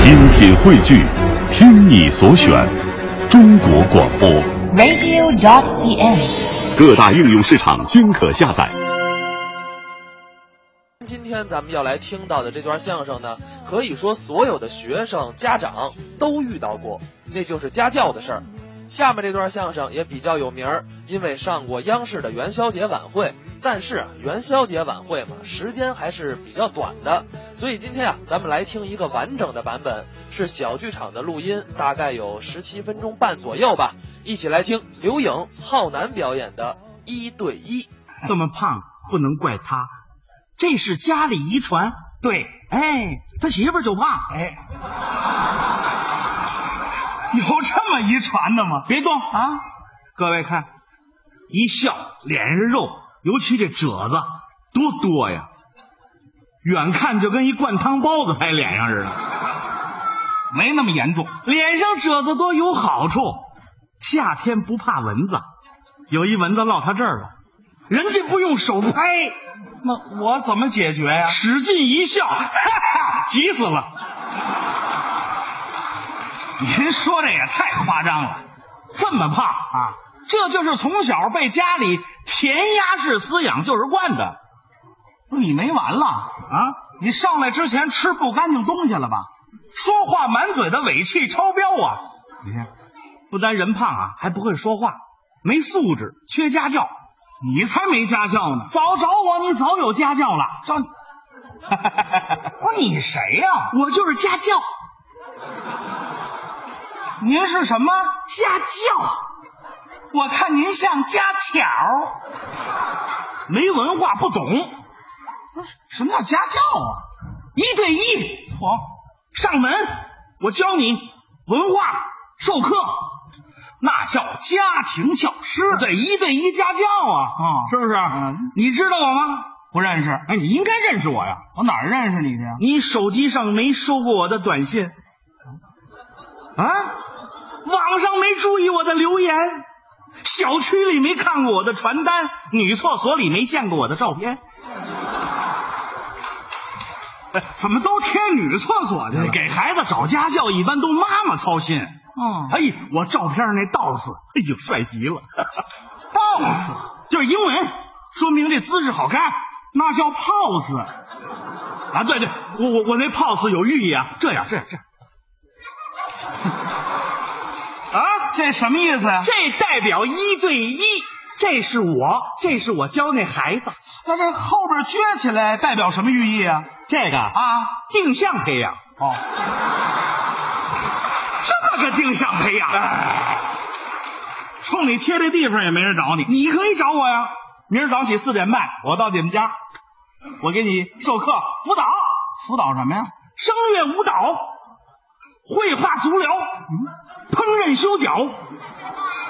精品汇聚，听你所选，中国广播。 radio.cn。各大应用市场均可下载。今天咱们要来听到的这段相声呢，可以说所有的学生、家长都遇到过，那就是家教的事儿。下面这段相声也比较有名儿，因为上过央视的元宵节晚会。但是啊元宵节晚会嘛，时间还是比较短的，所以今天啊，咱们来听一个完整的版本，是小剧场的录音，大概有十七分钟半左右吧。一起来听刘颖、浩南表演的《一对一》。这么胖不能怪他，这是家里遗传。对，哎，他媳妇儿就胖。 哎，有这么遗传的吗？别动啊！各位看，一笑脸上是肉，尤其这褶子多多呀，远看就跟一灌汤包子拍脸上似的。没那么严重。脸上褶子多有好处，夏天不怕蚊子，有一蚊子落他这儿了，人家不用手拍，那我怎么解决呀、使劲 一笑，哈哈，急死了。您说这也太夸张了。这么胖啊，这就是从小被家里填鸭式饲养就是惯的不是你没完了？啊。你上来之前吃不干净东西了吧？说话满嘴的尾气超标啊！你看，不单人胖啊，还不会说话，没素质，缺家教。你才没家教呢。早找我，你早有家教了。 这，不是你谁呀、我就是家教，您是什么？家教，我看您像家巧。没文化不懂，什么叫家教啊？一对一我上门，我教你文化授课，那叫家庭教师。对，一对一家教啊，啊是不是？嗯你知道我吗？不认识，哎，你应该认识我呀。我哪儿认识你去呀？你手机上没收过我的短信啊？网上没注意我的留言，小区里没看过我的传单，女厕所里没见过我的照片。 怎么都贴女厕所去了？给孩子找家教，一般都妈妈操心。嗯，哎，我照片上那 DOS，哎呦，帅极了 ！DOS 就是英文，说明这姿势好看。那叫 pose。啊，对对，我我我那 pose 有寓意啊，这样这样这样啊，这什么意思呀、这代表一对一，这是我，这是我教那孩子，那这后边撅起来代表什么寓意啊？这个啊啊，，定向培养，哦，这么个定向培养，哎冲你贴这地方也没人找你。你可以找我呀，明儿早起四点半，我到你们家，我给你授课辅导辅导什么呀？声乐舞蹈、绘画足疗、烹饪修脚，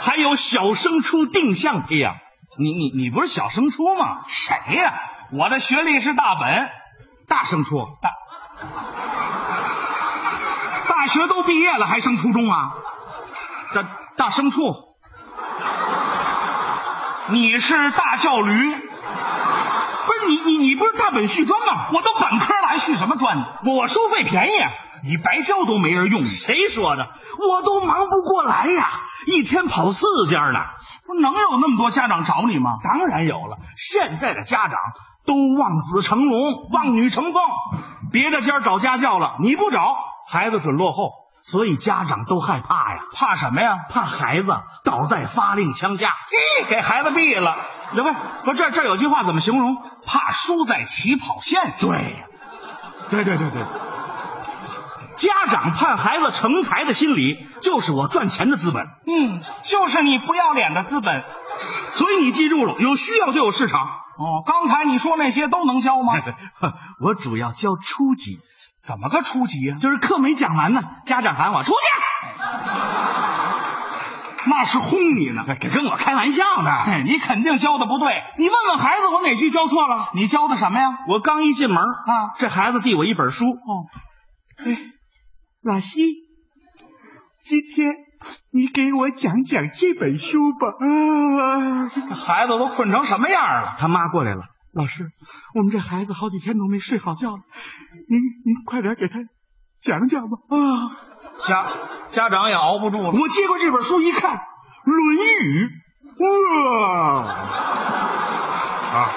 还有小升初定向培养。你你你不是小升初吗？谁呀、我这学历是大本，大升初。大学都毕业了还升初中啊？大大牲畜，你是大教驴，不是你你你不是大本续啊专吗？我都本科了还续什么专呢？我我收费便宜，啊你白教都没人用你，谁说的？啊我都忙不过来呀，一天跑四家呢。不是能有那么多家长找你吗？当然有了，现在的家长都望子成龙，望女成凤，别的家找家教了，你不找，孩子准落后，所以家长都害怕呀。怕什么呀？怕孩子倒在发令枪下，给孩子毙了。对不是，不是这这有句话怎么形容？怕输在起跑线上。对呀，对对对对，家长盼孩子成才的心理，就是我赚钱的资本。嗯，就是你不要脸的资本。所以你记住了，有需要就有市场。哦，刚才你说那些都能教吗？ 我主要教初级，怎么个初级呀、就是课没讲完呢，家长喊我出去，那是轰你呢。哎跟我开玩笑呢。哎，你肯定教的不对。你问问孩子，我哪句教错了？你教的什么呀？我刚一进门啊这孩子递我一本书。哦，老师，今天你给我讲讲这本书吧。啊，孩子都困成什么样了？他妈过来了，老师，我们这孩子好几天都没睡好觉了，您您快点给他讲讲吧。啊，家家长也熬不住了。我接过这本书一看，《论语》哇啊，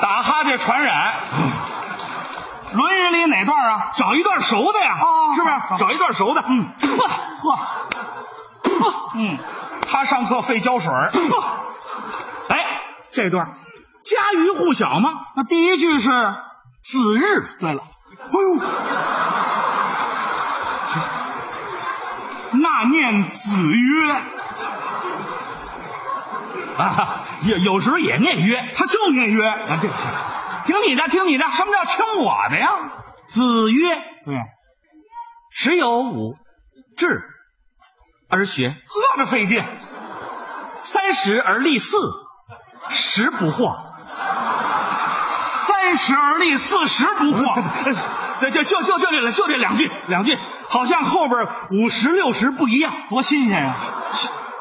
打哈欠传染。《论语》里哪段啊？找一段熟的呀，哦是不好是？找一段熟的。嗯，呵呵呵，嗯，他上课费胶水儿。哎，这段家喻户晓吗？那第一句是，子日。对了，哎呦， 那念子曰，啊，有有时候也念曰。他就念曰。啊，这这听你的，听你的，什么叫听我的呀？子曰：对，时有五志而学，呵着费劲。三十而立四，十不惑。三十而立，四十不惑。 那就就就就这就这两句，两句，好像后边五十六十不一样。多新鲜呀、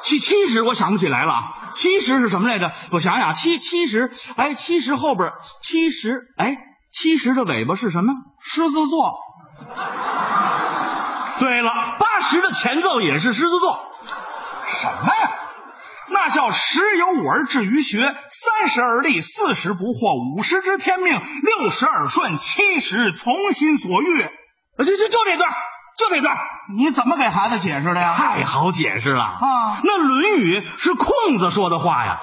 七七十我想不起来了啊，七十是什么来着？我想想，七七十，哎，七十后边七十，哎，七十的尾巴是什么？狮子座， 对了，八十的前奏也是狮子座，什么呀？那叫十有五而志于学，三十而立，四十不惑，五十知天命，六十耳顺，七十从心所欲。呃就就就这段，就这段，你怎么给孩子解释的呀？太好解释了啊那《论语》是孔子说的话呀，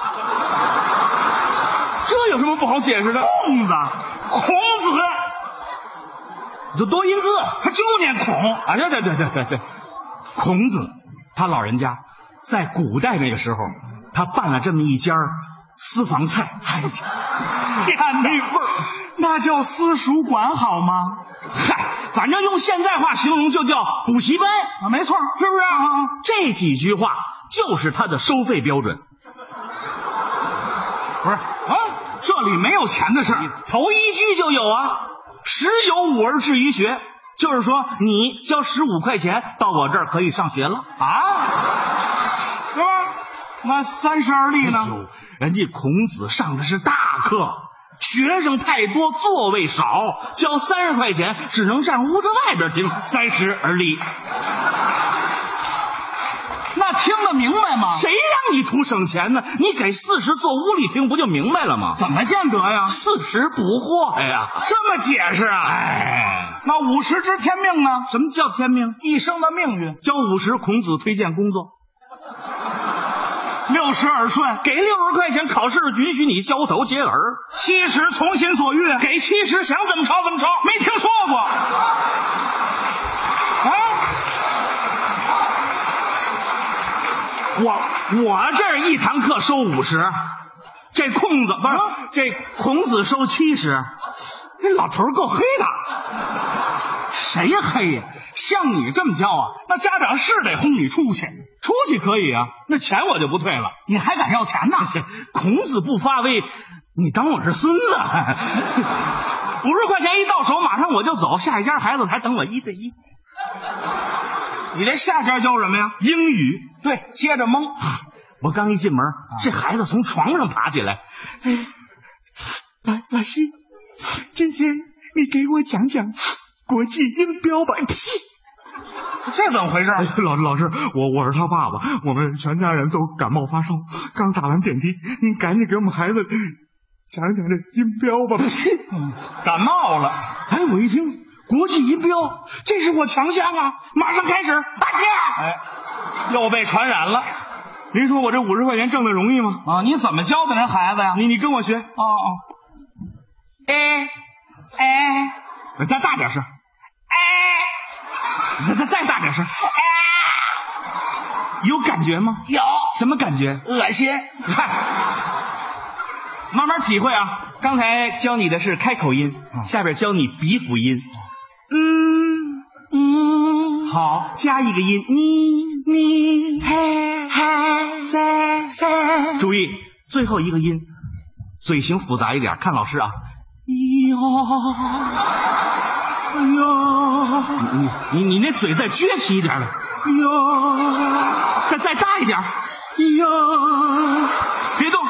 这有什么不好解释的？粽子，孔子，就多音字，他就念孔。啊，对对对对对对，孔子他老人家在古代那个时候，他办了这么一家儿私房菜，哎呀， 天哪那味儿，那叫私塾管好吗？嗨，反正用现在话形容就叫补习班，啊，没错，是不是？啊啊这几句话就是他的收费标准。不是啊，这里没有钱的事儿，头一句就有啊。十有五而志于学，就是说你交十五块钱到我这儿可以上学了。啊，是吧？那三十而立哎呢？呦，人家孔子上的是大课，学生太多，座位少，交三十块钱只能上屋子外边听，三十而立。那听得明白吗？谁让你图省钱呢？你给四十坐屋里听不就明白了吗？怎么见得呀？四十不惑哎呀！这么解释啊？哎，那五十知天命呢？什么叫天命？一生的命运。交五十，孔子推荐工作， 六十耳顺，给六十块钱，考试允许你交头接耳。七十从心所欲，给七十，想怎么抄怎么抄。没听说过。啊，我我这儿一堂课收五十，这空子不是、这孔子收七十，这老头儿够黑的。谁黑呀？像你这么教啊，那家长是得轰你出去，出去可以啊，那钱我就不退了。你还敢要钱呢？ 孔子不发威，你当我是孙子？ 五十块钱一到手，马上我就走，下一家孩子还等我一对一。你这下家教什么呀？英语对，接着蒙。啊！我刚一进门，啊这孩子从床上爬起来，哎，老老师，今天你给我讲讲国际音标吧。这怎么回事？哎，老老师，我我是他爸爸，我们全家人都感冒发烧，刚打完点滴，您赶紧给我们孩子讲讲这音标吧。感冒了。嗯哎，我一听国际音标，这是我强项啊！马上开始，大家哎，又被传染了您说我这五十块钱挣的容易吗？啊！你怎么教的人孩子呀？你你跟我学，哦哦，哎哎再大点声，哎，再再再大点声，有感觉吗？有什么感觉？恶心。慢慢体会啊。刚才教你的是开口音，下边教你鼻辅音。啊嗯嗯，好，加一个音，你你嘿嘿塞塞。注意最后一个音，嘴型复杂一点，看老师啊。哟哎哟，你你你那嘴再撅起一点来。哟，再再大一点。哎哟，别动。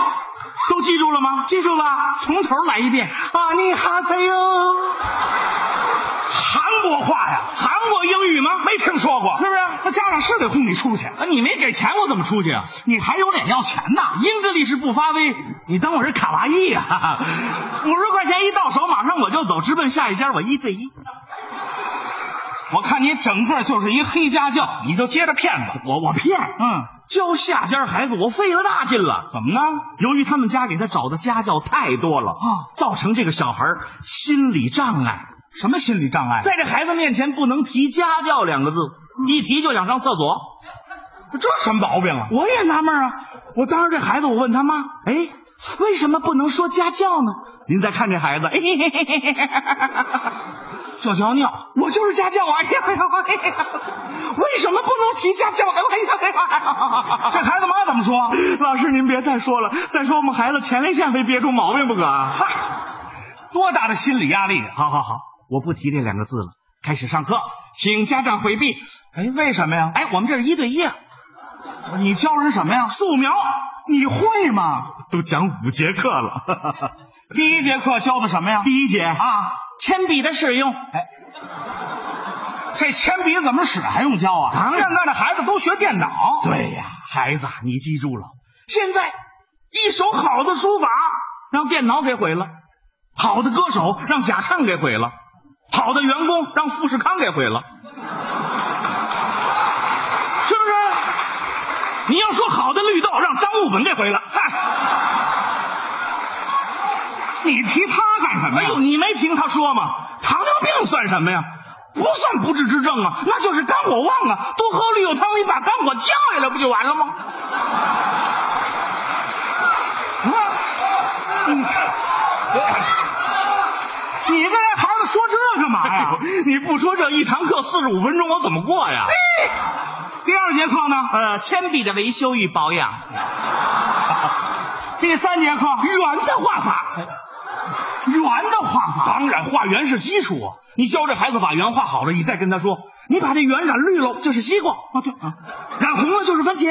都记住了吗？记住了，从头来一遍。啊，你哈塞哟！韩国话呀，韩过英语吗？没听说过是。不是？那家长是得哄你出去啊！你没给钱，我怎么出去啊？你还有脸要钱呐？英格力是不发威，你当我是卡哇伊啊？ 五十块钱一到手，马上我就走，直奔下一家，我一对一。我看你整个就是一黑家教，你就接着骗子。我我骗，嗯，教下家孩子，我费了大劲了。怎么呢？由于他们家给他找的家教太多了啊造成这个小孩儿心理障碍，什么心理障碍？在这孩子面前不能提家教两个字，一提就想上厕所。这什么毛病啊？我也纳闷啊，我当时这孩子，我问他妈，哎，为什么不能说家教呢？您再看这孩子，哎嘿嘿嘿嘿嘿嘿小乔尿，我就是家教啊！哎呀哎呀哎呀，为什么不能提家教？哎呀哎呀哎呀！这孩子妈怎么说？ 老师您别再说了，再说我们孩子前列腺非憋出毛病不可啊！多大的心理压力啊！好好好，我不提这两个字了，开始上课，请家长回避。哎，为什么呀？哎，我们这是一对一啊，你教人什么呀？素描你会吗？都讲五节课 了，第一节课教的什么呀？第一节啊，啊，铅笔的使用，哎这铅笔怎么使还用教啊？啊现在的孩子都学电脑。对呀、孩子啊，你记住了，现在一手好的书法让电脑给毁了，好的歌手让假唱给毁了，好的员工让富士康给毁了， 是不是？你要说好的绿豆让张悟本给毁了，嗨，你提他干什么哎呀？呦，你没听他说吗？糖尿病算什么呀？不算不治之症啊，那就是肝火旺啊！多喝绿豆汤，你把肝火降下来不就完了吗？嗯你跟这孩子说这干嘛呀？哎你不说这一堂课四十五分钟，我怎么过呀？第二节课呢？呃，铅笔的维修与保 养，第三节课圆的画法，圆的画法。当然画圆是基础啊。你教这孩子把圆画好了，你再跟他说，你把这圆染绿了就是西瓜，啊对啊，染红了就是番茄，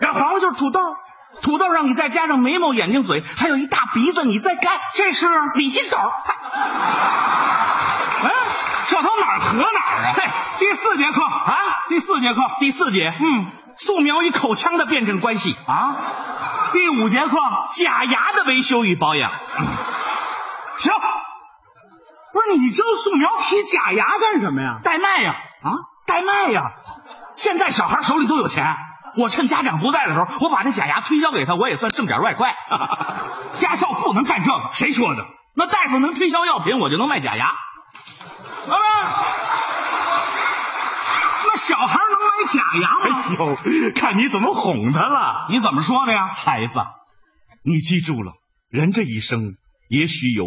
染黄了就是土豆，土豆让你再加上眉毛、眼睛、嘴，还有一大鼻子，你再干，这是李金斗。嗯，这都哪儿和哪儿啊？嘿，第四节课啊，第四节课哎第四节，嗯，素描与口腔的辩证关系啊，第五节课假牙的维修与保养。停。不是你教素描提假牙干什么呀？代卖呀，啊，代卖呀！现在小孩手里都有钱，我趁家长不在的时候，我把这假牙推销给他，我也算挣点外快。 家校不能干这个，谁说的？那大夫能推销药品，我就能卖假牙。啊，那小孩能买假牙吗？哎呦，看你怎么哄他了！你怎么说的呀？孩子，你记住了，人这一生也许有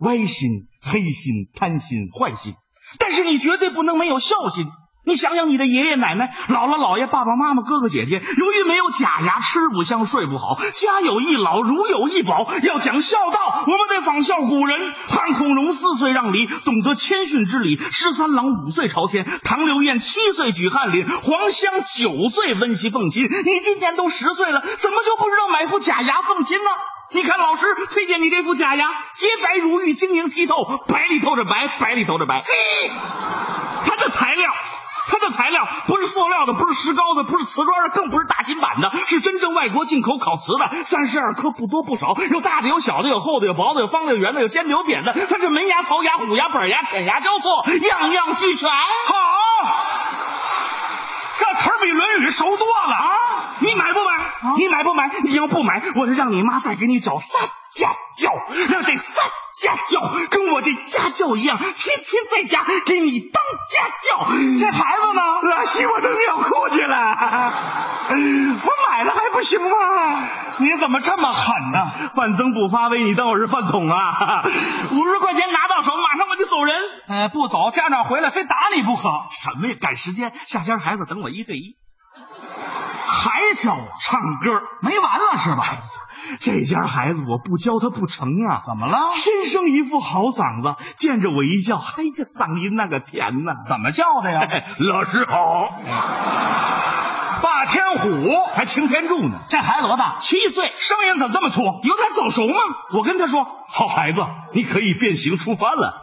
歪心、黑心、贪心、坏心，但是你绝对不能没有孝心。你想想，你的爷爷奶奶、姥姥姥爷、爸爸妈妈、哥哥姐姐，由于没有假牙，吃不香，睡不好。家有一老，如有一宝，要讲孝道，我们得仿效古人。汉孔融四岁让梨，懂得谦逊之礼；十三郎五岁朝天，唐刘晏七岁举翰林，黄香九岁温习奉琴。你今年都十岁了，怎么就不知道买副假牙奉琴呢？你看，老师推荐你这副假牙，洁白如玉，晶莹剔透，白里透着白，白里透着白。它的材料，它的材料不是塑料的，不是石膏的，不是瓷砖的，更不是大金板的，是真正外国进口烤瓷的。三十二颗，不多不少，有大的，有小的，有厚的，有薄的，有方的，有圆的，有尖的，有扁的。它是门牙、槽牙、虎牙、板牙、犬牙交错，样样俱全。好，这词儿比《论语》熟多了啊！你买不买？你买不买？你要不买，我就让你妈再给你找三家教，让这三家教跟我这家教一样，天天在家给你当家教。这孩子呢，拉稀我都尿裤 去了。我买了还不行吗？你怎么这么狠呢、半增不发威，你当我是饭桶啊？ 五十块钱拿到手，马上我就走人。呃，不走，家长回来非打你不可。什么呀？赶时间，下家孩子等我一对一。还教我唱歌没完了是吧？ 这家孩子我不教他不成啊！怎么了？天生一副好嗓子，见着我一叫，哎呀，嗓音那个甜呐！怎么叫的呀？ 老师好，霸天虎，还擎天柱呢，这孩子多大？七岁，声音怎么这么粗？有点早熟吗？我跟他说，好孩子，你可以变形出发了。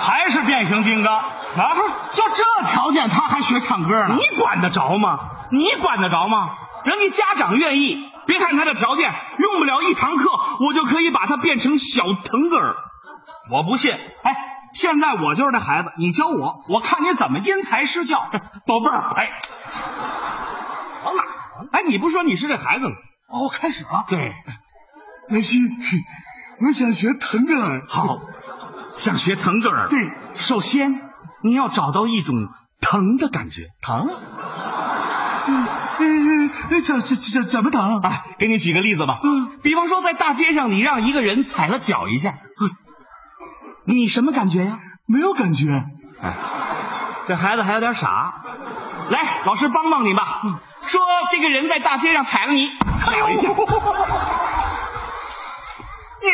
还然是变形金刚啊，不是，就这条件他还学唱歌呢？你管得着吗？你管得着吗？人家家长愿意，别看他的条件，用不了一堂课，我就可以把他变成小腾格尔。我不信，哎，现在我就是这孩子，你教我，我看你怎么因材施教。 宝贝儿，哎，往哪儿啊？哎，你不说你是这孩子吗？哦，开始了。对，南希，我想学腾格尔。好，想学腾格尔，对，首先你要找到一种疼的感觉，呃疼，嗯，嗯怎怎怎怎么疼？啊，给你举个例子吧，嗯，比方说在大街上，你让一个人踩了脚一下，嗯你什么感觉呀、没有感觉。哎这孩子还有点傻。来，老师帮帮你吧，说这个人在大街上踩了你脚一下，你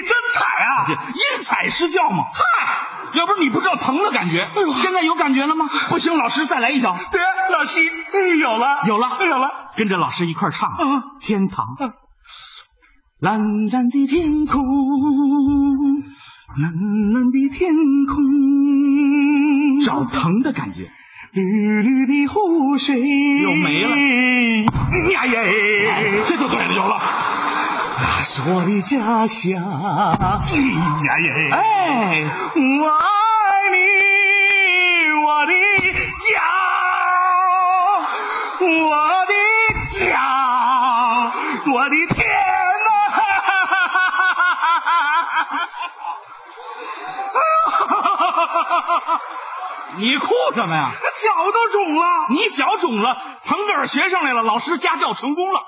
真踩啊！因踩施教嘛。嗨，要不是你不知道疼的感觉，哎呦，现在有感觉了吗？不行，老师再来一脚。别，老西，哎有了，有了，有了，跟着老师一块儿唱《嗯天堂》蓝蓝的天空，蓝蓝的天空，找疼的感觉。绿绿的湖水又没哎了，呀耶！哎这就对了，有了。那是我的家乡。呀耶！哎，我爱你，我的家，我的家，我的天呐、你哭什么呀？ 脚都肿了。你脚肿了，腾格尔学上来了，老师家教成功了。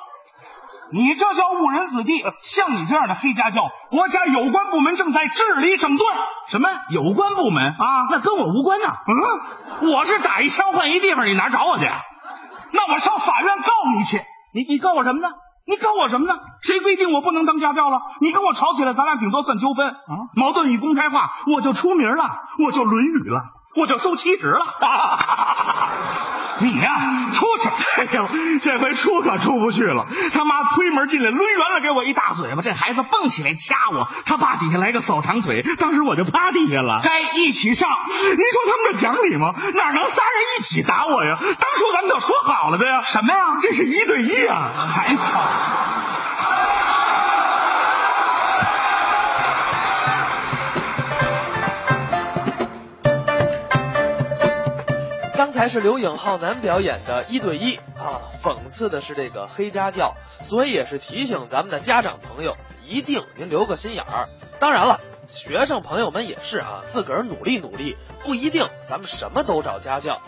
你这叫误人子弟。像你这样的黑家教，国家有关部门正在治理整顿。什么有关部门啊那跟我无关呐。嗯，我是打一枪换一地方，你哪找我去？那我上法院告你去。你你告我什么呢？你告我什么呢？谁规定我不能当家教了？你跟我吵起来，咱俩顶多算纠纷啊。矛盾与公开化，我就出名了，我就《论语》了，我就周七直 了。你呀、出去！哎呦，这回出可出不去了！他妈推门进来，抡圆了给我一大嘴巴。这孩子蹦起来掐我，他爸底下来个扫堂腿，当时我就趴地下了。该哎一起上。您说他们这讲理吗？哪能仨人一起打我呀？当初咱们就说好了的呀！什么呀？这是一对一 啊！还巧。刚才是刘影浩南表演的一对一啊，讽刺的是这个黑家教，所以也是提醒咱们的家长朋友，一定您留个心眼儿。当然了，学生朋友们也是啊，自个儿努力努力，不一定咱们什么都找家教。